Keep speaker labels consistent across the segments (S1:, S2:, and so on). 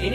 S1: En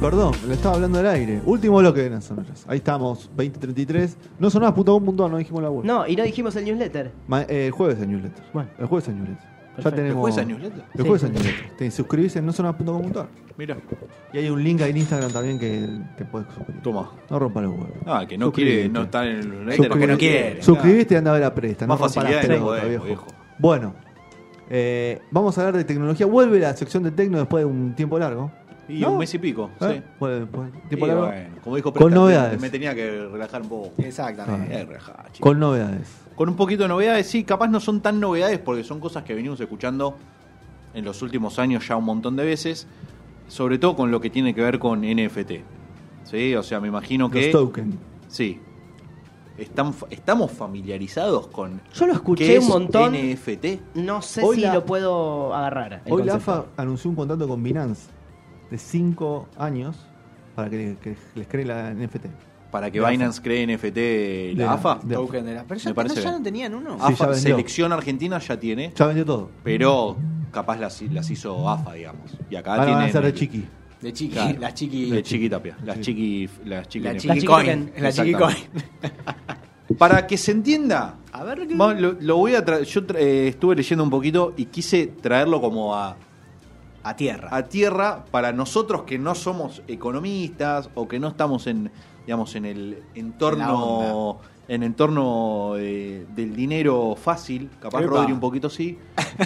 S2: perdón, le estaba hablando al aire. Último bloque de Nasoneros. Ahí estamos, 2033. No sonaba punto com, punto ar, no dijimos la web.
S3: No, y no dijimos el newsletter.
S2: Ma- eh, el jueves el newsletter.
S3: Bueno.
S2: El jueves el newsletter. Ya
S3: Perfecto.
S2: tenemos.
S4: ¿Después de newsletter?
S2: El jueves el newsletter. Te suscribís en nosonaba.com.ar.
S4: Mira,
S2: Y hay un link ahí en Instagram también que te puedes suscribir.
S4: toma.
S2: No rompa los huevos.
S4: Ah, que no
S2: Suscribite.
S4: quiere no estar en el newsletter
S2: Suscribite.
S4: porque no quiere.
S2: Suscribiste y anda a ver la presta.
S4: Más
S2: no rompa
S4: facilidad
S2: las
S4: de
S2: pelotas,
S4: poder, viejo.
S2: Bueno, eh, vamos a hablar de tecnología. Vuelve la sección de tecno después de un tiempo largo.
S4: Y
S2: ¿No?
S4: un mes y pico,
S2: ¿Eh?
S4: sí.
S2: Vuelve después de un tiempo
S4: Y
S2: largo.
S4: bueno, como dijo
S2: Con
S4: Presta,
S2: novedades.
S4: Me tenía que relajar un poco.
S5: Exactamente.
S4: Eh, relajá, chico.
S2: Con novedades.
S4: Con un poquito de novedades, sí, capaz no son tan novedades porque son cosas que venimos escuchando en los últimos años ya un montón de veces, sobre todo con lo que tiene que ver con NFT. Sí, o sea, me imagino que
S2: Los token.
S4: sí. Están, fa- estamos familiarizados con
S3: Yo lo escuché
S4: qué
S3: un
S4: es
S3: montón.
S4: NFT.
S3: No sé
S2: Hoy
S3: si
S2: la-
S3: lo puedo agarrar. el
S2: Hoy la
S3: concepto.
S2: AFA anunció un contrato con Binance de 5 años para que, le- que les cree la NFT.
S4: Para que
S2: De AFA.
S4: Binance cree NFT
S2: De
S4: la
S2: la-
S4: AFA.
S2: de-
S5: Token de las- Pero ya,
S4: Me parece
S5: no, ya
S2: Ah,
S4: bien.
S5: no tenían uno.
S2: Sí, ya
S4: AFA,
S2: vendió.
S4: selección argentina ya tiene,
S2: Ya vendió todo.
S4: Ah, pero capaz las, las hizo AFA, digamos. Y acá
S2: Ahora van a
S4: tienen
S2: ser de
S4: el-
S2: chiqui.
S5: De chiqui,
S4: Claro.
S5: las chiqui.
S4: De Chiqui Tapia. Las chiqui. Las chiqui
S5: La
S4: NFT.
S5: chiqui
S3: chiqui
S5: coin.
S3: token.
S5: La chiqui coin.
S4: Para que se entienda,
S5: A ver
S4: vamos, lo, lo voy a tra- yo tra- eh, estuve leyendo un poquito y quise traerlo como a,
S5: A tierra.
S4: a tierra para nosotros que no somos economistas o que no estamos en, digamos, en el
S5: En la
S4: entorno,
S5: onda.
S4: en entorno eh, del dinero fácil, capaz
S5: Epa.
S4: Rodri un poquito sí,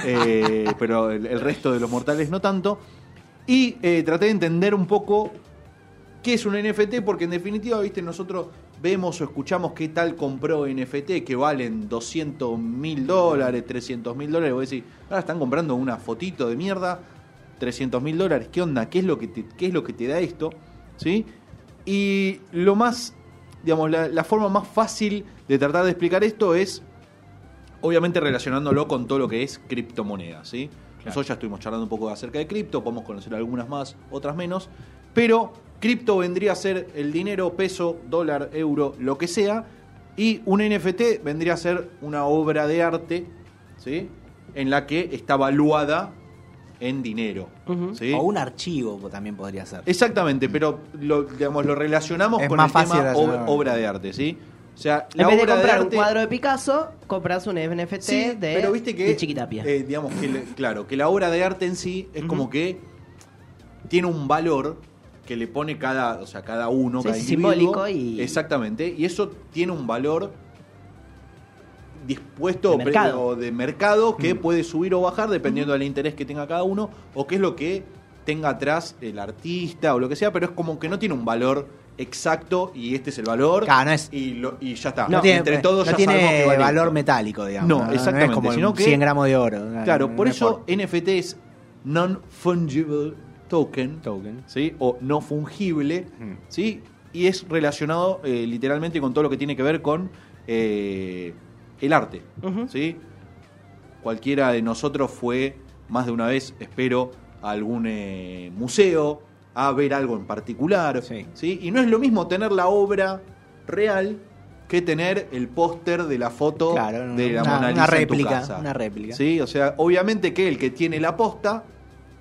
S4: eh, pero el, el resto de los mortales no tanto. Y eh, traté de entender un poco qué es un NFT, porque en definitiva, viste, nosotros vemos o escuchamos qué tal compró NFT, que valen 200 mil dólares, 300 mil dólares, vos decís, ahora están comprando una fotito de mierda, 300 mil dólares, ¿qué onda? ¿Qué es lo que te, qué es lo que te da esto? ¿Sí? Y lo más, digamos, la, la forma más fácil de tratar de explicar esto es, obviamente, relacionándolo con todo lo que es criptomonedas, ¿sí? Nosotros ya estuvimos charlando un poco acerca de cripto, podemos conocer algunas más, otras menos, pero cripto vendría a ser el dinero, peso, dólar, euro, lo que sea, y un NFT vendría a ser una obra de arte, ¿sí? En la que está valuada en dinero,
S3: Ujú.
S4: ¿sí?
S5: O un archivo también podría ser.
S4: Exactamente, pero lo, digamos, lo relacionamos
S5: Es
S4: con
S5: más
S4: el
S5: fácil
S4: tema ob-
S5: relacionarlo.
S4: obra de arte, ¿sí? O sea, la
S3: En vez de
S4: obra
S3: comprar un
S4: arte-
S3: cuadro de Picasso, compras un NFT
S4: sí,
S3: de,
S4: pero viste que,
S3: de Chiquitapia.
S4: eh, digamos que, le- claro, que la obra de arte en sí es como que tiene un valor que le pone cada, o sea, cada uno,
S3: Sí,
S4: cada
S3: sí,
S4: individuo.
S3: simbólico y-
S4: Exactamente, y eso tiene un valor dispuesto
S3: De
S4: o pre-
S3: mercado.
S4: o de mercado que puede subir o bajar dependiendo del interés que tenga cada uno o qué es lo que tenga atrás el artista o lo que sea, pero es como que no tiene un valor exacto y este es el valor
S5: Claro, no es-
S4: y, lo- y ya está.
S5: No, tiene,
S4: Entre todos
S5: no
S4: ya
S5: tiene
S4: sabemos que vale
S5: valor
S4: esto.
S5: metálico, digamos.
S4: No,
S5: es
S4: exactamente,
S5: como
S4: sino
S5: un
S4: que-
S5: 100 gramos de oro.
S4: Claro,
S5: No,
S4: por
S5: no
S4: eso NFT es non-fungible token,
S5: Token.
S4: ¿sí? o no fungible,
S5: Mm.
S4: ¿sí? y es relacionado eh, literalmente con todo lo que tiene que ver con eh, el arte.
S3: Ujú.
S4: ¿sí? Cualquiera de nosotros fue más de una vez, espero, a algún eh, museo a ver algo en particular.
S5: Sí.
S4: ¿sí? Y no es lo mismo tener la obra real que tener el póster de la foto
S5: Claro,
S4: de la
S5: una-
S4: Mona
S5: una
S4: Lisa en tu
S5: réplica,
S4: casa.
S5: una réplica.
S4: Sí, o sea, obviamente que el que tiene la posta,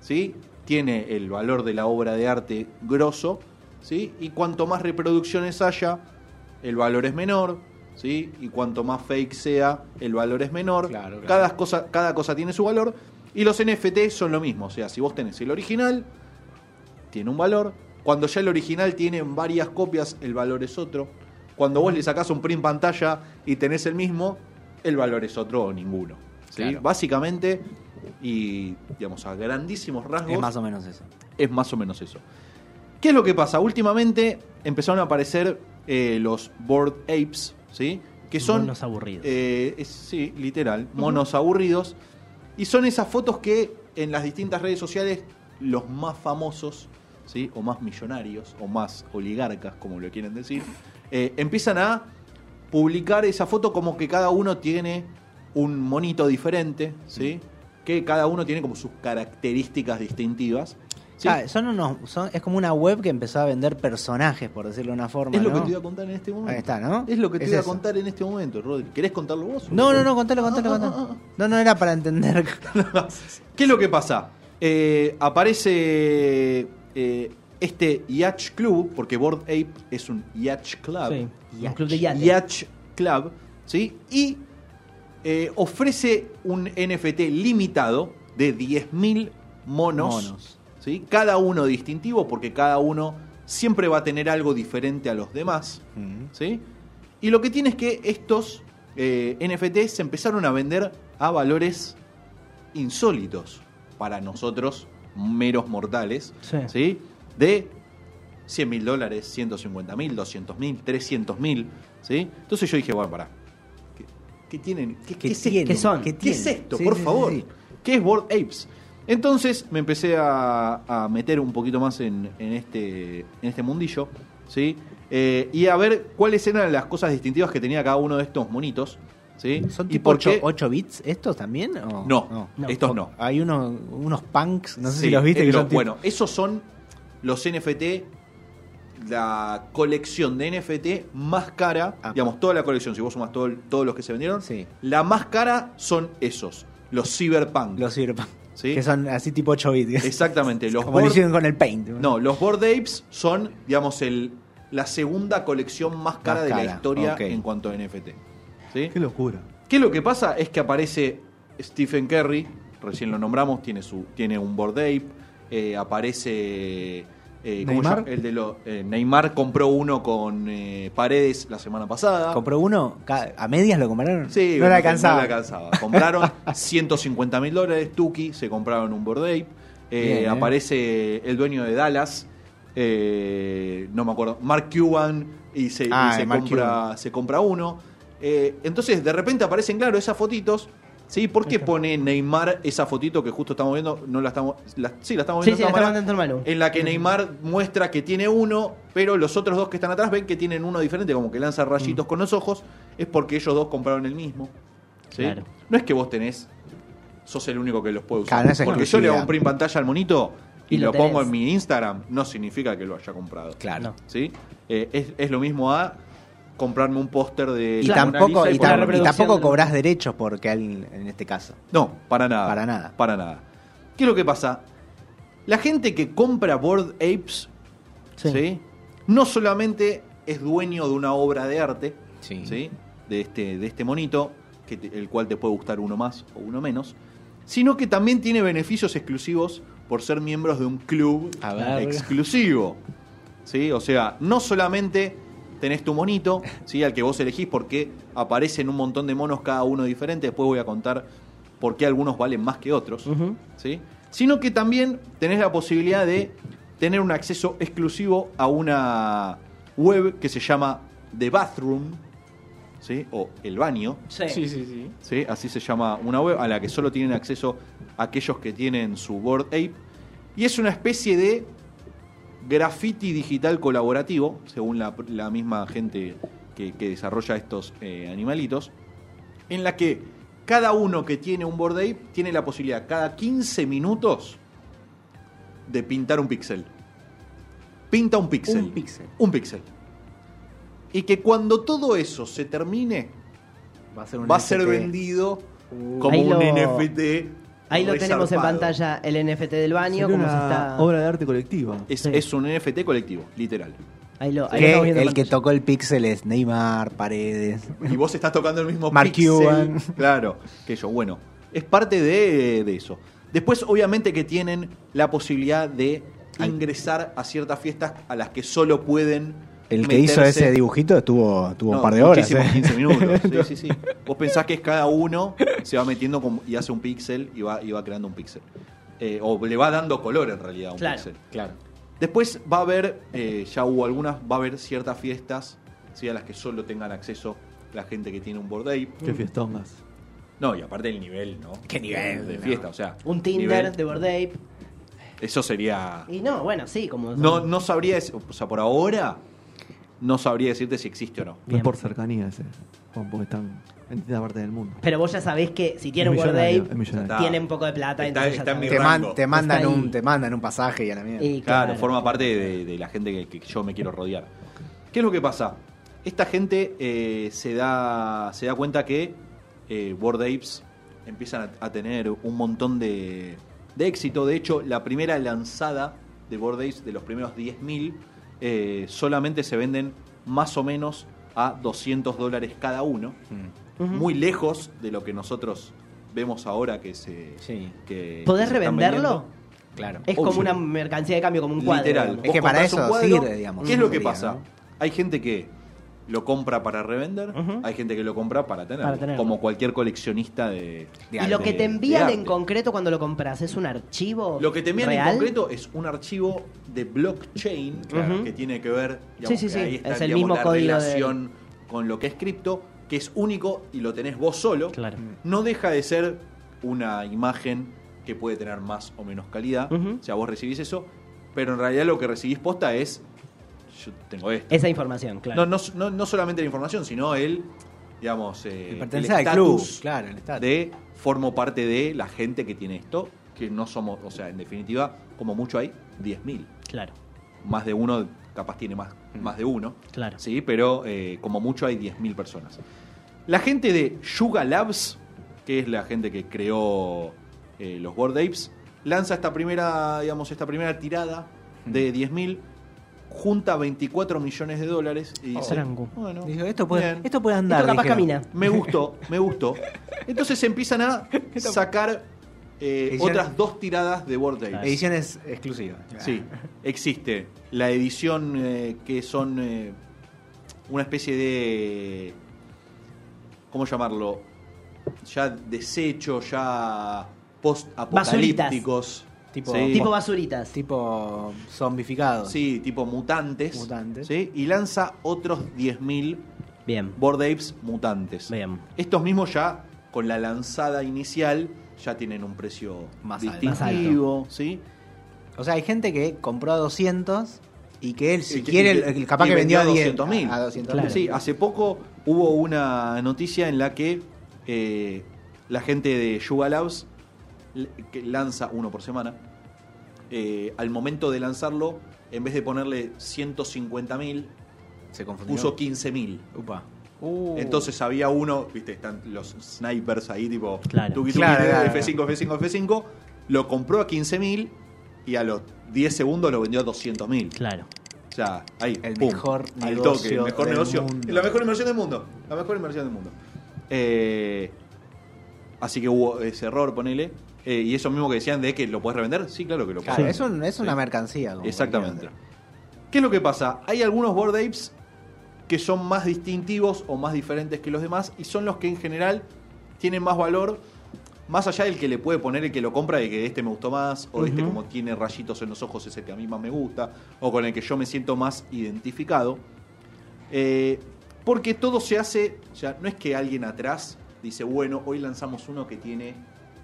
S4: ¿sí? Tiene el valor de la obra de arte grosso, ¿sí? Y cuanto más reproducciones haya, el valor es menor, ¿sí? Y cuanto más fake sea, el valor es menor.
S5: Claro, claro.
S4: Cada, cosa, cada cosa tiene su valor. Y los NFT son lo mismo. O sea, si vos tenés el original, tiene un valor. Cuando ya el original tiene varias copias, el valor es otro. Cuando vos le sacás un print pantalla y tenés el mismo, el valor es otro o ninguno. ¿sí?
S5: Claro.
S4: Básicamente, y digamos, a grandísimos rasgos,
S5: Es más o menos eso.
S4: es más o menos eso. ¿Qué es lo que pasa? Últimamente empezaron a aparecer eh, los Bored Apes, ¿sí? Que son.
S3: Monos aburridos.
S4: eh, es- sí, literal. Monos aburridos. Y son esas fotos que en las distintas redes sociales los más famosos, ¿sí? o más millonarios, o más oligarcas, como lo quieren decir, eh, empiezan a publicar esa foto como que cada uno tiene un monito diferente, ¿sí? que cada uno tiene como sus características distintivas. ¿sí?
S5: Ah, son unos, son- es como una web que empezó a vender personajes, por decirlo de una forma.
S4: es lo
S5: ¿no?
S4: que te iba a contar en este momento.
S5: Ahí está, ¿no?
S4: Es lo que te
S5: Es
S4: iba
S5: eso.
S4: a contar en este momento, Rodri. ¿Querés contarlo vos? o
S5: No,
S4: lo
S5: no, no,
S4: cuento?
S5: contalo, contalo,
S4: Ah, ah,
S5: contalo.
S4: ah, ah.
S5: No, no, era para entender.
S4: ¿Qué es lo que pasa? Eh, aparece eh, este Yacht Club, porque Board Ape es un Yacht Club.
S3: Sí,
S5: Yacht.
S3: un club de yates.
S4: Yacht Club, ¿sí? Y eh, ofrece un NFT limitado de 10.000 monos,
S5: Monos.
S4: ¿sí? Cada uno distintivo, porque cada uno siempre va a tener algo diferente a los demás,
S5: Mm.
S4: ¿sí? Y lo que tiene es que estos eh, NFT se empezaron a vender a valores insólitos para nosotros, meros mortales,
S3: Sí.
S4: ¿sí? De 100 mil dólares, 150 mil, 200 mil, 300 mil, ¿sí? Entonces yo dije, bueno, pará. ¿Qué, qué tienen? ¿Qué, qué es
S5: tienen?
S4: esto?
S3: ¿Qué son?
S5: ¿Qué
S4: ¿Qué
S5: tienen?
S4: es esto?
S5: Sí,
S4: por
S5: sí, sí,
S4: favor.
S5: sí.
S4: ¿Qué es Board Apes? Entonces me empecé a, a meter un poquito más en, en este, en este mundillo, ¿sí? Eh, y a ver cuáles eran las cosas distintivas que tenía cada uno de estos monitos, ¿sí?
S5: ¿Son
S4: Y
S5: tipo
S4: por
S5: 8,
S4: qué-
S5: bits estos también? o-
S4: No, estos no.
S5: Hay uno- unos punks, no sé
S4: Sí,
S5: si los viste.
S4: eh,
S5: que
S4: lo-
S5: son tipo-
S4: bueno, esos son los NFT, la colección de NFT más cara,
S5: Ah.
S4: digamos, toda la colección, si vos sumás todo, todos los que se vendieron,
S5: Sí.
S4: la más cara son esos, los cyberpunk.
S5: Los cyberpunk.
S4: Sí.
S5: Que son así tipo 8 bits.
S4: Exactamente, los
S5: Como lo
S4: board-
S5: hicieron con el paint.
S4: No, los Bored Apes son, digamos, el, la segunda colección más cara
S5: Más
S4: de la
S5: cara,
S4: historia
S5: ok.
S4: en cuanto a NFT. ¿Sí?
S2: Qué locura.
S4: ¿Qué es lo que pasa? Es que aparece Stephen Curry, recién lo nombramos, tiene, su, tiene un board ape, eh, aparece... eh, ¿cómo se
S2: ¿Neymar?
S4: llama? El de los- eh, Neymar compró uno con eh, Paredes la semana pasada.
S5: Compró uno, ca- a medias lo compraron.
S4: Sí,
S5: Mm. no
S4: bueno,
S5: le alcanzaba.
S4: no le alcanzaba. Compraron 150 mil dólares, Tuki, se compraron un board ape. Eh,
S5: Bien, eh.
S4: Aparece el dueño de Dallas, eh, no me acuerdo, Mark Cuban, y se, y
S5: Ah,
S4: se
S5: Mark
S4: compra,
S5: Cuban.
S4: se compra uno. Eh, entonces, de repente aparecen, claro, esas fotitos. ¿Sí? ¿Por qué pone Neymar esa fotito que justo estamos viendo? No la estamos. la- sí, la estamos
S3: Sí, sí, la
S4: viendo en cámara.
S3: está mandando hermano.
S4: En la que Neymar muestra que tiene uno, pero los otros dos que están atrás ven que tienen uno diferente, como que lanza rayitos con los ojos, es porque ellos dos compraron el mismo. ¿sí?
S3: Claro.
S4: No es que vos tenés, sos el único que los puede usar.
S5: Claro, no es
S4: porque yo le hago
S5: exclusividad.
S4: un print pantalla al monito y,
S3: Y lo
S4: lo, pongo
S3: tenés.
S4: en mi Instagram, no significa que lo haya comprado.
S5: Claro.
S3: No.
S4: ¿sí? Eh, es, es lo mismo a comprarme un póster de...
S5: Y,
S4: la Mona
S5: tampoco,
S4: Lisa
S5: y,
S4: por
S5: tam-
S4: la
S5: y
S4: reproducción.
S5: tampoco
S3: de la-
S5: cobrás derechos porque al- en este caso.
S4: No, para nada.
S5: Para nada.
S4: Para nada. ¿Qué es lo que pasa? La gente que compra Board Apes,
S3: Sí.
S4: ¿sí? No solamente es dueño de una obra de arte,
S5: Sí.
S4: ¿sí? De este, de este monito, que te- el cual te puede gustar uno más o uno menos, sino que también tiene beneficios exclusivos por ser miembros de un club
S5: A ver.
S4: exclusivo. ¿Sí? O sea, no solamente tenés tu monito, ¿sí? al que vos elegís porque aparecen un montón de monos cada uno diferente, después voy a contar por qué algunos valen más que otros,
S3: Ujú.
S4: ¿sí? sino que también tenés la posibilidad de tener un acceso exclusivo a una web que se llama The Bathroom, ¿sí? o El Baño,
S3: Sí.
S4: ¿sí? así se llama una web a la que solo tienen acceso aquellos que tienen su board ape y es una especie de graffiti digital colaborativo según la, la misma gente que, que desarrolla estos eh, animalitos en la que cada uno que tiene un board ape tiene la posibilidad cada 15 minutos de pintar un píxel pinta un píxel
S5: Un píxel.
S4: un píxel y que cuando todo eso se termine
S5: Va a ser, un
S4: va a ser
S5: NFT.
S4: vendido como
S3: Ahí
S4: un
S3: lo-
S4: NFT.
S3: Ahí lo
S4: re
S3: tenemos
S4: zarpado.
S3: en pantalla, el NFT del
S2: Sería
S3: baño, como
S2: una
S3: se está...
S2: obra de arte colectiva.
S4: Es,
S3: Sí.
S4: es un NFT colectivo, literal.
S3: Ahí lo, ahí lo
S5: Que
S3: estamos viendo en
S5: el que
S3: pantalla.
S5: tocó el pixel es Neymar, Paredes.
S4: Y vos estás tocando el mismo
S5: Mark
S4: pixel,
S5: Cuban.
S4: Claro, que yo. Bueno, es parte de, de eso. Después, obviamente, que tienen la posibilidad de ingresar a ciertas fiestas a las que solo pueden.
S5: El que hizo
S4: meterse-
S5: ese dibujito estuvo, estuvo
S4: No,
S5: un par de horas.
S4: muchísimos,
S5: ¿eh?
S4: 15 minutos. Sí, sí, sí. Vos pensás que es cada uno, se va metiendo como- y hace un píxel y va, y va creando un píxel. Eh, o le va dando color en realidad a un
S3: Claro.
S4: píxel.
S5: Claro.
S4: Después va a haber, eh, ya hubo algunas, va a haber ciertas fiestas ¿sí? a las que solo tengan acceso la gente que tiene un board ape.
S2: Qué fiestongas.
S4: No, y aparte el nivel, ¿no?
S5: ¿Qué nivel,
S4: De
S5: no?
S4: fiesta, o sea.
S3: Un Tinder
S4: nivel-
S3: de Bordape.
S4: Eso sería.
S3: Y no, bueno, sí, como.
S4: No, no sabría. dec- O sea, por ahora, no sabría decirte si existe o no.
S2: No es
S3: Bien.
S2: por cercanía ese, Juan, porque están en distintas partes del mundo.
S3: Pero vos ya sabés que si tiene
S2: Es
S3: un Word
S2: millonario,
S3: Ape,
S2: es millonario.
S3: tiene un poco de plata,
S4: Ah, Está-
S3: entonces
S4: está
S3: ya
S4: en mi
S3: sabés.
S4: rango.
S6: Te, man- te mandan
S3: Está ahí.
S6: un, te mandan un pasaje y a la mierda.
S3: Y
S4: Claro, forma parte de, de la gente que, que yo me quiero rodear. ¿Qué es lo que pasa? Esta gente eh, se, da, se da cuenta que eh, Bored Apes empiezan a, a tener un montón de, de éxito. De hecho, la primera lanzada de Bored Apes, de los primeros 10.000, eh, solamente se venden más o menos a 200 dólares cada uno.
S3: Ujú.
S4: Muy lejos de lo que nosotros vemos ahora que se...
S5: Sí.
S4: que- que
S3: ¿Podés
S4: se están
S3: revenderlo?
S4: vendiendo.
S5: Claro.
S3: Es
S4: Obvio.
S3: como una mercancía de cambio, como un cuadro.
S4: Literal.
S3: digamos.
S6: Es que
S4: Vos
S6: para
S4: comprás
S6: eso
S4: un cuadro,
S6: sirve, digamos,
S4: ¿Qué es lo
S6: en
S4: que
S6: teoría,
S4: pasa?
S6: ¿no?
S4: Hay gente que lo compra para revender,
S3: Ujú.
S4: hay gente que lo compra para tener,
S3: Para tenerlo.
S4: como cualquier coleccionista
S6: De
S4: de,
S3: y
S6: arte,
S3: lo que
S4: de
S3: te envían en
S4: arte.
S3: concreto cuando lo compras, ¿es un archivo?
S4: Lo que te envían en
S3: real?
S4: concreto es un archivo de blockchain
S3: Claro.
S4: que tiene que ver,
S3: Sí, sí,
S4: que
S3: sí.
S4: ahí está
S3: Es el
S4: digamos,
S3: mismo
S4: la
S3: código de-
S4: relación con lo que es cripto, que es único y lo tenés vos solo.
S3: Claro.
S4: No deja de ser una imagen que puede tener más o menos calidad.
S3: Ujú.
S4: O sea, vos recibís eso, pero en realidad lo que recibís posta es, yo tengo esto.
S3: Esa información, claro.
S4: No, no, no, no solamente la información, sino el, digamos, eh,
S6: Y
S4: el
S6: pertenecer al club,
S4: estatus
S6: claro, el estatus.
S4: de formo parte de la gente que tiene esto, que no somos, o sea, en definitiva, como mucho hay 10.000.
S3: Claro,
S4: Más de uno, capaz tiene más, más de uno.
S3: claro.
S4: Sí, pero eh, como mucho hay 10.000 personas. La gente de Yuga Labs, que es la gente que creó eh, los Bored Apes, lanza esta primera, digamos, esta primera tirada de 10.000, junta 24 millones de dólares y dice,
S3: Sarangu.
S4: bueno,
S5: Dijo, Oh. esto puede,
S4: bien,
S5: esto puede andar.
S3: Esto capaz
S5: dijeron.
S3: camina.
S4: me gustó, me gustó. Entonces empiezan a sacar eh,
S6: Edición-
S4: otras dos tiradas de Bored Apes.
S6: Ediciones exclusivas.
S4: Sí, existe. La edición eh, que son eh, una especie de. ¿Cómo llamarlo? Ya desecho, ya post-apocalípticos.
S6: Tipo-
S4: sí,
S3: Tipo basuritas.
S6: Tipo zombificado.
S4: sí, tipo mutantes.
S6: Mutantes.
S4: ¿sí? Y lanza otros 10.000
S3: Bien,
S4: Bored Apes mutantes.
S3: bien.
S4: Estos mismos ya, con la lanzada inicial, ya tienen un precio
S6: Más alto.
S4: distintivo. ¿sí?
S6: O sea, hay gente que compró a 200 y que él, si
S4: Y que-
S6: quiere,
S4: y
S6: el- el capaz
S4: y
S6: que vendió a 10.
S4: 200.000.
S6: A 200
S3: Claro.
S4: Sí, hace poco hubo una noticia en la que eh, la gente de Yuga Labs, l- que lanza uno por semana, eh, al momento de lanzarlo, en vez de ponerle 150.000,
S6: Se confundió.
S4: puso 15.000.
S6: Upa.
S5: Uh.
S4: Uh. Entonces había uno, viste, están los snipers ahí, tipo,
S3: Claro.
S4: tuqui, tuqui,
S6: Claro, claro.
S4: F5, F5, F5, lo compró a 15.000 y a los 10 segundos lo vendió a 200.000.
S3: Claro.
S4: O sea, ahí.
S6: El
S4: pum,
S6: mejor
S4: al
S6: negocio
S4: toque, el mejor
S6: del
S4: negocio.
S6: mundo.
S4: La mejor inversión del mundo. La mejor inversión del mundo. Eh, así que hubo ese error, ponele. Eh, y eso mismo que decían de que lo puedes revender. Sí, claro que lo puedes
S6: Claro, es, un- es una
S4: Sí.
S6: mercancía. como
S4: Exactamente.
S6: cualquier otra.
S4: ¿Qué es lo que pasa? Hay algunos board apes que son más distintivos o más diferentes que los demás y son los que en general tienen más valor. Más allá del que le puede poner el que lo compra de que este me gustó más, o este como tiene rayitos en los ojos es el que a mí más me gusta, o con el que yo me siento más identificado. Eh, porque todo se hace, o sea, no es que alguien atrás dice, bueno, hoy lanzamos uno que tiene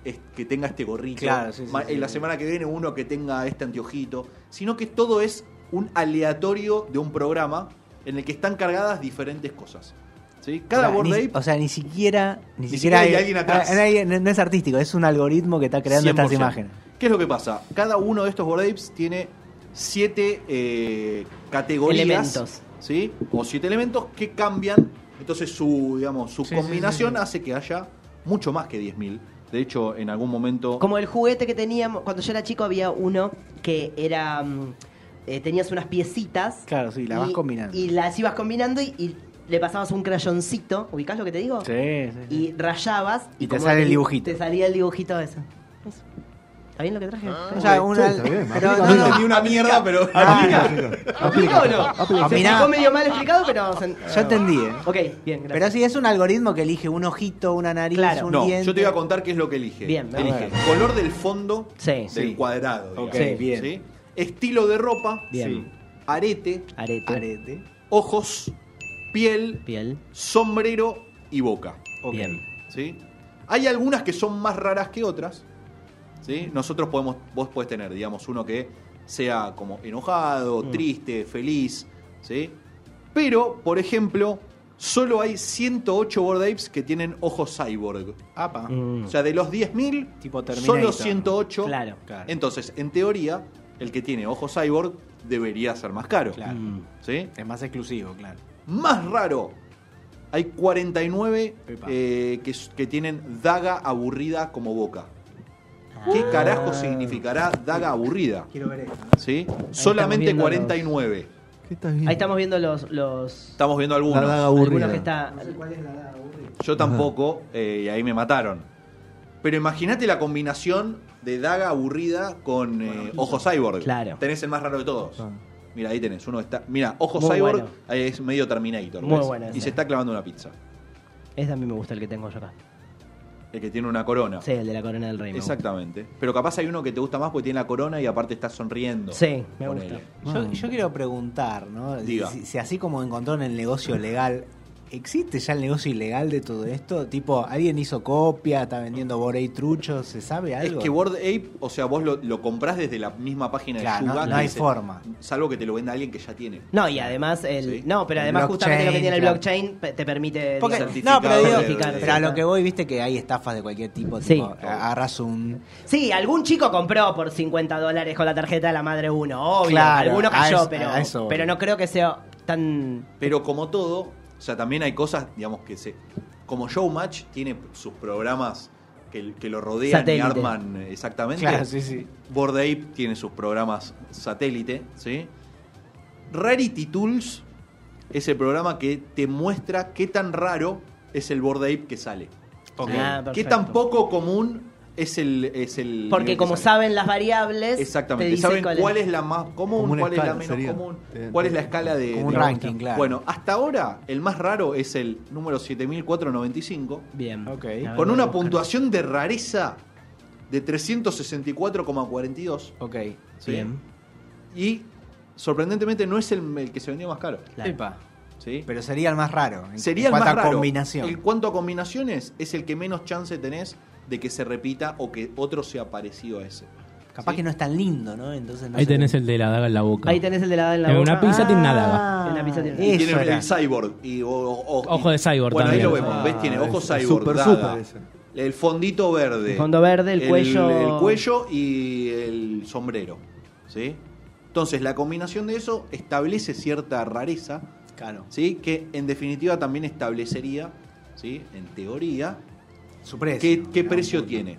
S4: es- que tenga este gorrito,
S6: Claro, sí, sí,
S4: ma-
S6: sí,
S4: y la
S6: sí.
S4: semana que viene uno que tenga este anteojito, sino que todo es un aleatorio de un programa en el que están cargadas diferentes cosas. ¿sí? Cada
S5: o sea,
S4: board
S5: ni,
S4: ape
S5: o sea, ni siquiera. Ni,
S4: Ni siquiera
S5: siquiera,
S4: hay alguien atrás.
S5: hay- no, no es artístico, es un algoritmo que está creando estas
S4: 100%.
S5: imágenes.
S4: ¿Qué es lo que pasa? Cada uno de estos board apes tiene siete eh, categorías.
S3: Elementos.
S4: ¿Sí? O siete elementos que cambian. Entonces su, digamos, su
S6: Sí, sí,
S4: combinación
S6: sí, sí.
S4: hace que haya mucho más que 10.000. De hecho, en algún momento...
S3: Como el juguete que teníamos, cuando yo era chico había uno que era... mm, eh, tenías unas piecitas.
S6: Claro, sí, la vas
S3: y-
S6: combinando.
S3: Y las ibas combinando y, y le pasabas un crayoncito. ¿Ubicás lo que te digo?
S6: Sí, sí, sí.
S3: Y rayabas.
S6: Y te
S3: como
S6: sale el dibujito.
S3: Te salía el dibujito ese. Eso. ¿Está bien lo que traje?
S5: Ah.
S6: O sea, una-
S2: Sí, está bien,
S6: pero
S2: aplica.
S6: no,
S4: No
S6: no.
S4: entendí una mierda, pero...
S2: Ah,
S3: ¿Aplica o no?
S6: Aplica.
S3: Se explicó medio mal explicado, pero... se-
S5: Yo entendí, ¿eh?
S3: Ok, bien, gracias.
S5: Pero sí, es un algoritmo que elige un ojito, una nariz,
S3: Claro.
S5: un
S4: No,
S5: diente.
S4: yo te voy a contar qué es lo que elige.
S3: Bien, a
S4: elige
S3: ver.
S4: color del fondo
S3: Sí.
S4: del
S6: Sí.
S4: cuadrado. digamos,
S6: Ok, bien.
S4: ¿sí? Estilo de ropa,
S3: Bien.
S4: sí, arete,
S3: Arete.
S6: Arete.
S4: ojos, piel,
S3: Piel.
S4: sombrero y boca.
S6: Ok.
S3: Bien.
S4: ¿sí? Hay algunas que son más raras que otras. ¿sí? Nosotros podemos, vos podés tener, digamos, uno que sea como enojado,
S5: Mm.
S4: triste, feliz, ¿sí? Pero, por ejemplo, solo hay 108 board apes que tienen ojos cyborg.
S5: Apa.
S4: O sea, de los 10.000,
S5: Mm. Tipo Terminator.
S4: solo 108.
S3: Claro.
S5: Claro.
S4: Entonces, en teoría, el que tiene ojos cyborg debería ser más caro.
S5: Claro.
S4: ¿sí?
S5: Es más exclusivo, claro.
S4: Más raro, hay 49
S5: Epa.
S4: eh, que, s- que tienen daga aburrida como boca. ¿Qué
S3: Ah.
S4: carajo significará daga aburrida?
S5: Quiero ver esto.
S4: ¿Sí? Solamente
S3: viendo
S4: 49.
S2: ¿Qué estás viendo?
S3: Ahí estamos viendo los. los
S4: Estamos viendo
S2: La
S4: algunos.
S2: daga
S3: algunos
S2: aburrida.
S3: que está.
S5: cuál es la edad aburrida.
S4: Yo tampoco, eh, y ahí me mataron. Pero imagínate la combinación de daga aburrida con eh, ojo cyborg.
S3: Claro. Ah.
S4: Tenés el más raro de todos.
S2: Claro.
S4: Mira, ahí tenés. Uno está. Mira, ojo
S3: Muy
S4: cyborg
S3: bueno.
S4: ahí es medio Terminator.
S3: Muy
S4: ¿ves?
S3: bueno
S4: Y
S3: ese.
S4: se está clavando una pizza.
S3: Este a mí me gusta el que tengo yo acá.
S4: El que tiene una corona.
S3: Sí, el de la corona del rey. me gusta.
S4: Exactamente. Pero capaz hay uno que te gusta más porque tiene la corona y aparte está sonriendo.
S3: Sí, me
S4: Ponele.
S3: gusta.
S5: Yo, yo quiero preguntar, ¿no?
S4: Diga.
S5: Si, si así como encontró en el negocio legal, ¿existe ya el negocio ilegal de todo esto? Tipo, ¿alguien hizo copia? ¿Está vendiendo Borei trucho? ¿Se sabe
S4: Es
S5: algo?
S4: que Bored Ape, o sea, vos lo, lo comprás desde la misma página
S5: Claro,
S4: de
S5: no-
S4: Yuga.
S5: no
S4: que
S5: hay
S4: se-
S5: forma.
S4: Salvo que te lo venda alguien que ya tiene.
S3: No, y además, el,
S4: Sí.
S3: no, pero
S5: El
S3: además justamente lo que
S5: blockchain,
S3: tiene el
S5: claro.
S3: blockchain pe- te permite...
S5: Porque-
S3: digamos,
S5: no, pero digo,
S4: Certificado de-
S5: pero a lo que voy, viste que hay estafas de cualquier tipo.
S3: Sí.
S5: Tipo, agarras un.
S3: Sí, algún chico compró por 50 dólares con la tarjeta de la madre uno, obvio.
S5: Claro,
S3: alguno cayó,
S5: a eso-
S3: pero,
S5: a eso voy.
S3: pero no creo que sea tan...
S4: Pero como todo, o sea, también hay cosas, digamos, que se. Como Showmatch tiene sus programas que, que lo rodean
S3: Satélite.
S4: y arman eh, exactamente.
S5: Claro, sí, sí.
S4: Bored Ape tiene sus programas satélite, ¿sí? Rarity Tools es el programa que te muestra qué tan raro es el Bored Ape que sale.
S3: Ah, perfecto.
S4: Qué tan poco común es el. Es el
S3: Porque
S4: nivel que
S3: como
S4: sale.
S3: saben las variables... te
S4: Exactamente,
S3: dice
S4: saben
S3: cuál
S4: cuál,
S3: es.
S4: es la más común,
S2: Como una
S4: cuál es la
S2: escala,
S4: menos
S2: sería.
S4: común,
S2: Te-
S4: cuál es
S2: te-
S4: la escala de.
S5: como un
S4: de-
S5: ranking, claro.
S4: Bueno, hasta ahora el más raro es el número 7495,
S3: Bien.
S5: Ok.
S3: A ver,
S4: con
S3: voy a
S4: una
S3: buscar.
S4: puntuación de rareza de 364,42.
S5: Ok.
S4: ¿sí?
S3: Bien.
S4: Y sorprendentemente no es el, el que se vendió más caro.
S3: Claro.
S5: Epa.
S4: ¿sí?
S5: Pero sería el más raro. en
S4: Sería el
S5: cuanto
S4: más
S5: a
S4: raro.
S5: combinación.
S4: En cuanto a combinaciones, es el que menos chance tenés de que se repita o que otro sea parecido a ese.
S5: Capaz
S4: ¿sí?
S5: que no es tan lindo, ¿no? Entonces no
S7: Ahí
S5: sé
S7: tenés
S5: qué-
S7: el de la daga en la boca.
S3: Ahí tenés el de la en la
S7: En una
S3: boca. Ah.
S7: pizza tiene una
S5: daga.
S3: En una pizza tiene
S4: Y
S5: Y Eso
S4: tiene el-
S5: era.
S4: el cyborg. Y, o- o- o-
S7: Ojo de
S4: y-
S7: cyborg
S4: Bueno, ahí
S7: también.
S4: lo vemos.
S2: Ah,
S4: ¿Ves? Tiene ojo
S2: es-
S4: cyborg.
S2: super,
S4: daga,
S2: super ese.
S4: El fondito verde.
S3: El fondo verde, el cuello-
S4: El cuello y el sombrero. ¿Sí? Entonces, la combinación de eso establece cierta rareza.
S5: Claro.
S4: ¿Sí? Que en definitiva también establecería, ¿sí? En teoría,
S5: Su precio.
S4: qué, qué
S5: ¿no?
S4: precio tiene.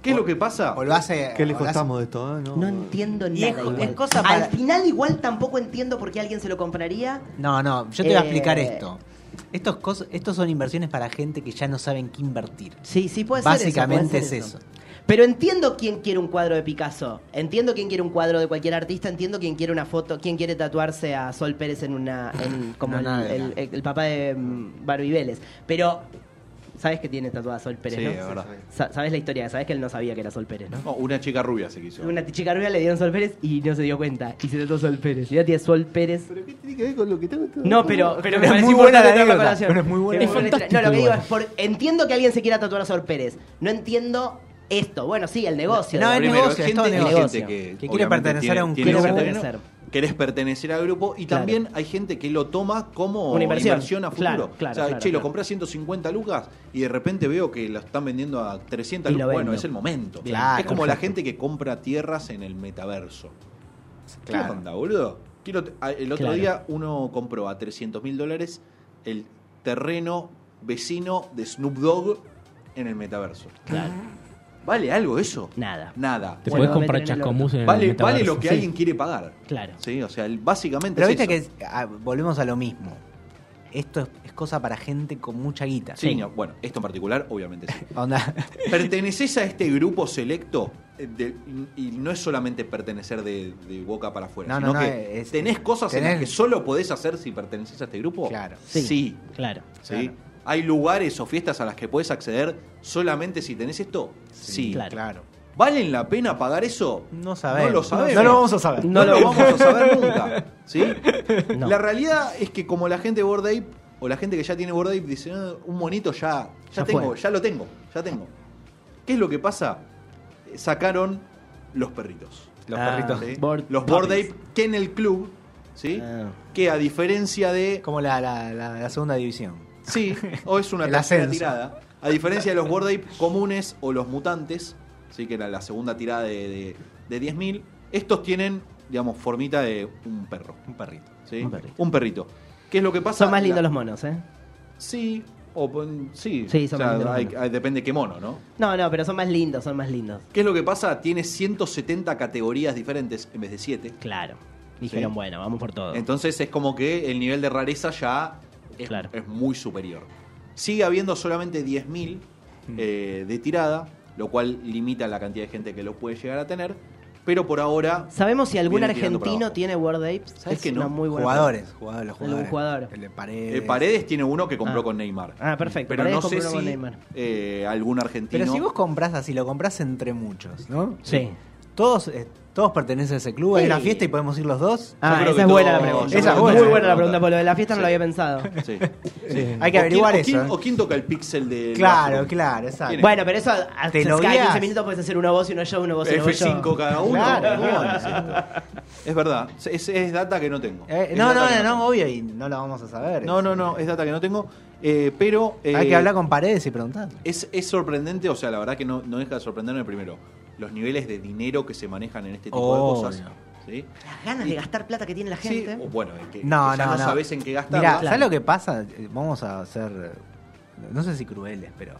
S4: ¿Qué es lo que pasa?
S5: O lo hace.
S2: ¿Qué lejos
S5: o lo hace-
S2: estamos de esto? eh? No,
S3: No entiendo
S5: Y
S3: nada.
S5: es-
S3: igual.
S5: es cosa para-
S3: Al final igual tampoco entiendo por qué alguien se lo compraría.
S5: No, no, yo te voy a explicar
S3: Eh,
S5: esto. Estos, cos- estos son inversiones para gente que ya no saben qué invertir.
S3: Sí, sí puede
S5: Básicamente
S3: ser. eso, puede
S5: es
S3: ser Pero entiendo quién quiere un cuadro de Picasso. Entiendo quién quiere un cuadro de cualquier artista. Entiendo quién quiere una foto. Quién quiere tatuarse a Sol Pérez en una. en- como
S5: Una
S3: el-
S5: nalga.
S3: el, el papá de mm, Barbie Vélez. Pero. Sabes que tiene tatuada a Sol Pérez,
S4: Sí,
S3: ¿no?
S4: es verdad.
S3: Sa- Sabes la historia, sabes que él no sabía que era Sol Pérez, ¿no?
S4: No, una chica rubia se quiso.
S3: Una chica rubia le dieron Sol Pérez y no se dio cuenta. Y se trató Sol Pérez. Y ya tiene Sol Pérez.
S2: ¿Pero qué tiene que ver con lo que tengo?
S3: No, pero, pero me
S5: Pero es
S3: parece
S5: muy buena
S3: importante
S5: la
S3: tenerlo a
S5: anécdota,
S3: colación.
S5: pero es muy buena.
S7: Es
S3: muy
S7: fantástico
S3: No, lo que digo
S7: igual.
S3: es, por, entiendo que alguien se quiera tatuar a Sor Pérez. No entiendo esto. Bueno, sí, el negocio.
S5: No,
S3: de-
S5: el
S4: Primero,
S5: negocio,
S4: es
S5: es todo
S4: gente
S5: negocio.
S4: inteligente que,
S5: Que quiere
S4: obviamente,
S5: pertenecer
S4: tiene-
S5: a un
S4: tiene
S3: club.
S4: ese
S3: Quiere
S4: terreno.
S3: pertenecer.
S4: Querés pertenecer al grupo y
S3: Claro.
S4: también hay gente que lo toma como
S3: Una inversión.
S4: inversión, a futuro.
S3: Claro, claro,
S4: o sea,
S3: claro,
S4: che,
S3: claro.
S4: lo compré a 150 lucas y de repente veo que lo están vendiendo a 300
S3: Y lo
S4: lucas. Bueno,
S3: vendo.
S4: es el momento.
S5: Bien.
S4: es
S5: Claro,
S4: como la
S5: perfecto.
S4: gente que compra tierras en el metaverso. ¿Qué
S5: Claro.
S4: onda, boludo? Quiero t- a- el otro
S3: Claro.
S4: día uno compró a 300 mil dólares el terreno vecino de Snoop Dogg en el metaverso.
S3: Claro.
S4: ¿Vale algo eso?
S3: Nada.
S4: Nada.
S7: Te
S3: Bueno,
S7: podés comprar
S3: métele en el
S7: chascomús en el
S4: Vale,
S7: metaverso.
S4: vale lo que
S7: Sí.
S4: alguien quiere pagar.
S3: Claro.
S4: Sí, o sea, el- básicamente
S5: Pero
S4: es
S5: viste
S4: eso.
S5: que es- ah, volvemos a lo mismo. Esto es, es cosa para gente con mucha guita.
S4: Sí, no, bueno, esto en particular, obviamente sí.
S5: Onda.
S4: ¿Perteneces a este grupo selecto? Eh, de- y no es solamente pertenecer de, de boca para afuera,
S5: No,
S4: sino
S5: no, no,
S4: que
S5: es-
S4: tenés cosas en las
S5: tenés-
S4: que solo podés hacer si perteneces a este grupo.
S5: Claro.
S4: Sí. Sí.
S3: Claro.
S5: Claro.
S4: Hay lugares o fiestas a las que podés acceder solamente si tenés esto. Sí.
S3: claro.
S4: ¿Valen la pena pagar eso?
S5: No sabemos.
S4: No lo sabemos.
S5: No lo vamos a saber.
S4: No, lo vamos a saber nunca. ¿sí?
S3: No.
S4: La realidad es que como la gente de Bored Ape, o la gente que ya tiene Bored Ape, dice, "Ah, un monito ya, ya,
S3: Ya
S4: tengo,
S3: fue".
S4: ya lo tengo, ya tengo. ¿Qué es lo que pasa? sacaron los perritos.
S5: Los
S6: Ah.
S5: perritos.
S4: ¿sí?
S5: Bored
S4: los
S5: Puppies.
S4: Bored Ape Kennel Club, ¿sí?
S5: Ah.
S4: que a diferencia de
S5: Como la, la, la- la segunda división.
S4: Sí, o es una
S5: El
S4: tercera
S5: ascenso.
S4: tirada. A diferencia de los Bored Ape comunes o los mutantes, sí que era la segunda tirada de, de, de 10.000, estos tienen, digamos, formita de un perro.
S6: Un perrito.
S4: ¿sí?
S3: Un perrito.
S4: Un perrito. ¿Qué es lo que pasa?
S3: Son más lindos
S4: La-
S3: los monos, ¿eh?
S4: Sí, o pon- sí.
S3: Sí, son
S4: o sea,
S3: más lindos los
S4: hay-
S3: monos.
S4: hay- depende qué mono, ¿no?
S3: No, no, pero son más lindos, son más lindos.
S4: ¿Qué es lo que pasa? Tiene 170 categorías diferentes en vez de 7.
S3: Claro. Dijeron,
S4: Sí.
S3: bueno, vamos por todo.
S4: Entonces es como que el nivel de rareza ya es,
S3: Claro.
S4: es muy superior. Sigue habiendo solamente 10.000
S5: Hmm.
S4: eh, de tirada, lo cual limita la cantidad de gente que lo puede llegar a tener. Pero por ahora,
S3: ¿Sabemos si algún
S4: Viene tirando para
S3: argentino
S4: abajo.
S3: tiene World Apes?
S4: ¿Sabes
S3: Es
S4: que no?
S3: una muy buena
S5: jugadores, jugadores, los
S3: Algún
S5: jugadores.
S3: jugador.
S5: El de Paredes.
S4: eh, Paredes tiene uno que compró
S3: Ah.
S4: con Neymar.
S3: Ah, perfecto.
S4: Pero
S3: Paredes
S4: no sé
S3: compró uno con
S4: si
S3: Neymar.
S4: eh, algún argentino.
S5: Pero si vos compras así, lo compras entre muchos, ¿no?
S3: Sí.
S5: Todos, eh, todos pertenecen a ese club, hay
S3: Sí.
S5: una fiesta y podemos ir los dos.
S3: Ah,
S4: creo que
S3: esa es buena la
S4: todo-
S3: pregunta.
S5: yo
S3: Esa es
S5: creo que
S3: muy
S5: todo-
S3: buena la pregunta, por lo de la fiesta no lo había pensado.
S4: Sí.
S5: Hay que
S4: ¿O
S5: averiguar
S4: quién- o
S5: eso. eh.
S4: quién- ¿O quién toca el pixel de.?
S5: Claro, claro, exacto.
S4: ¿Quién es?
S3: Bueno, pero eso a
S5: Te lo
S3: cada
S5: guías.
S3: 15 minutos puedes hacer uno vos y uno yo, uno vos y uno
S4: F5
S3: yo.
S4: cada uno.
S5: Claro.
S4: Bueno, sí. Es verdad, es, es data que no tengo.
S5: Eh,
S4: Es
S5: no,
S4: data
S5: no,
S4: que
S5: no,
S4: tengo.
S5: obvio, y no lo vamos a saber.
S4: No, no, no, es data que no tengo. eh, pero. eh,
S5: Hay que hablar con Paredes y preguntarle.
S4: Es, es sorprendente, o sea, la verdad que no, no deja de sorprenderme primero. Los niveles de dinero que se manejan en este tipo
S5: Obvio.
S4: de cosas. ¿sí?
S3: Las ganas de gastar plata que tiene la
S4: Sí,
S3: gente.
S4: o bueno, es que,
S5: No,
S4: que ya
S5: no,
S4: no,
S5: no.
S4: sabes en qué gastar.
S5: Mira, ¿sabes lo que pasa? Eh, Vamos a ser, eh, no sé si crueles, pero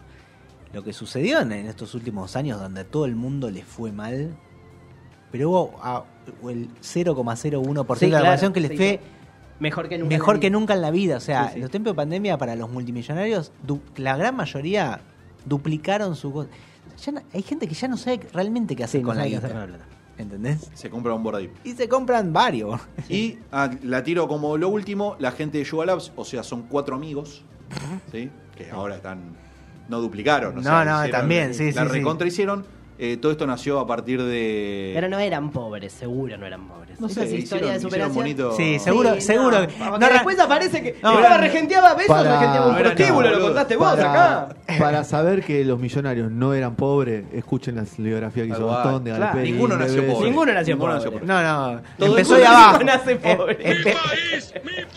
S5: lo que sucedió en, en estos últimos años donde a todo el mundo le fue mal, pero hubo ah, el 0,01%
S3: Sí,
S5: de la
S3: claro,
S5: población que les
S3: sí.
S5: fue
S3: Mejor que nunca.
S5: mejor
S3: en
S5: que
S3: la vida.
S5: nunca en la vida. O sea,
S4: Sí, sí.
S5: los tiempos de pandemia para los multimillonarios, du- la gran mayoría duplicaron su... go- Ya no- hay gente que ya no sabe realmente qué hacer
S3: no
S5: con la
S3: sabe qué hacer
S5: guita.
S3: con la plata.
S5: ¿Entendés?
S4: Se compra un board ahí.
S5: Y se compran varios.
S4: Y ah, la tiro como lo último, la gente de Yuga Labs, o sea, son cuatro amigos, ¿sí? Que ahora están. No duplicaron. o
S5: No,
S4: sea,
S5: no, también, sí,
S4: la
S5: sí, sí.
S4: recontra hicieron. Eh, todo esto nació a partir de.
S3: Pero no eran pobres, seguro no eran pobres.
S4: no
S3: Esa
S4: sé,
S3: es historia
S4: hicieron,
S3: de
S4: hicieron
S3: superación.
S4: bonito.
S5: Sí, seguro, seguro.
S3: No, porque
S5: No, ra-
S3: después aparece que.
S5: No,
S3: No,
S5: para-
S3: regenteaba besos,
S2: para-
S3: regenteaba un
S4: no era
S3: prostíbulo,
S4: nada,
S3: lo
S4: boludo.
S3: contaste vos
S2: Para,
S3: acá.
S2: para saber que los millonarios no eran pobres, escuchen la biografía que hizo
S4: Tal cual.
S2: Gastón de
S3: Claro,
S2: Galperi,
S4: ninguno
S2: de
S4: nació
S2: Bessi.
S4: pobre.
S3: Ninguno nació
S4: Ninguno
S3: pobre.
S4: pobre.
S5: No, no.
S4: Todo
S5: empezó
S4: el
S5: de
S4: mundo
S5: abajo.
S3: nace pobre.
S5: Em- empe-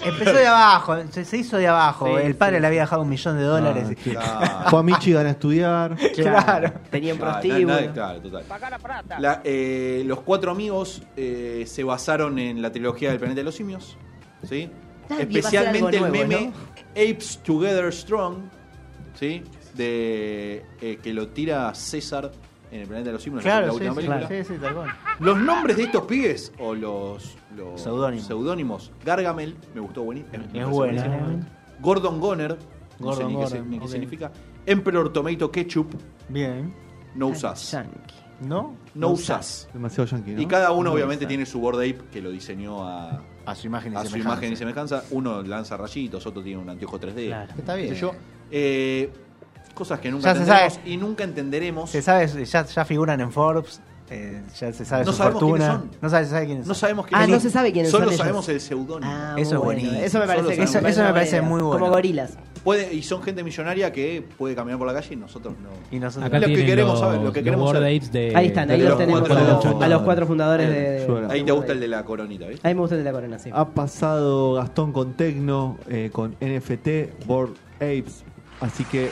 S5: empezó de abajo. Se, se hizo de abajo.
S3: Sí,
S5: el padre le había dejado un millón de dólares.
S2: Ah, sí.
S4: Ah.
S2: Fue a Michigan a estudiar.
S5: Claro. Ah,
S3: Tenía un
S4: Claro,
S3: prostíbulo.
S4: nada- nada- claro, total. La- eh, los cuatro amigos eh, se basaron en la trilogía del planeta de los simios. ¿sí?
S3: Nadie
S4: Especialmente
S3: va a
S4: el
S3: hacer algo
S4: meme
S3: nuevo,
S4: Apes Together Strong, ¿sí? de, eh, que lo tira César en el planeta de los simios. en la
S5: Claro, sí,
S4: última
S5: sí,
S4: película.
S5: sí, sí, tal cual.
S4: Los nombres de estos pibes o los, los
S5: Seudónimos.
S4: seudónimos, Gargamel, me gustó buenísimo. me
S5: Es
S4: parece
S5: bueno.
S4: buenísimo. Gordon Goner, no sé
S5: Gordon
S4: ni qué, se-
S5: Goner,
S4: ni qué
S5: ok.
S4: significa. Emperor Tomato Ketchup,
S5: Bien.
S3: Ah,
S4: no usas.
S3: Yankee.
S5: ¿No?
S4: No usás.
S2: Demasiado yankee, ¿no?
S4: Y cada uno, obviamente, tiene su board ape que lo diseñó a,
S5: A su imagen y
S4: a su
S5: semejanza.
S4: imagen y semejanza. Uno lanza rayitos, otro tiene un anteojo 3D.
S3: Claro.
S5: Está
S4: qué sé
S5: bien.
S4: yo. Eh, cosas que nunca
S5: Ya se
S4: entenderemos
S5: sabe.
S4: y nunca entenderemos.
S5: Se sabe, ya, ya figuran en Forbes. eh, ya se sabe
S4: No
S5: su
S4: sabemos
S5: fortuna.
S4: quiénes son.
S5: No sabe- se sabe quiénes
S4: No
S5: son.
S4: sabemos
S3: Ah,
S4: quiénes
S3: no
S4: son.
S3: se sabe quiénes
S4: Solo
S3: son ellos.
S4: sabemos el seudónimo.
S3: Ah,
S5: Eso
S3: muy
S5: es
S3: bueno.
S5: buenísimo.
S3: Eso me
S4: Solo
S3: parece, que
S4: sabemos.
S5: Eso me parece
S3: buena idea.
S5: muy bueno.
S3: Como gorilas.
S4: Puede, y son gente millonaria que puede caminar por la calle y nosotros no.
S5: Y nosotros.
S7: Acá
S4: Lo que
S7: tienen
S4: queremos
S7: los,
S4: saber, lo que queremos
S7: los board
S4: saber.
S7: apes de.
S3: Ahí están,
S7: de
S3: ahí
S4: los
S3: los tenemos
S4: cuatro
S3: a los-
S4: fundadores.
S3: a los cuatro fundadores
S2: Yo era.
S3: de.
S4: Ahí te gusta el de la coronita, ¿viste?
S3: A mí me gusta el de la corona, sí.
S2: Ha pasado Gastón con Tecno, eh, con NFT, Board Apes. Así que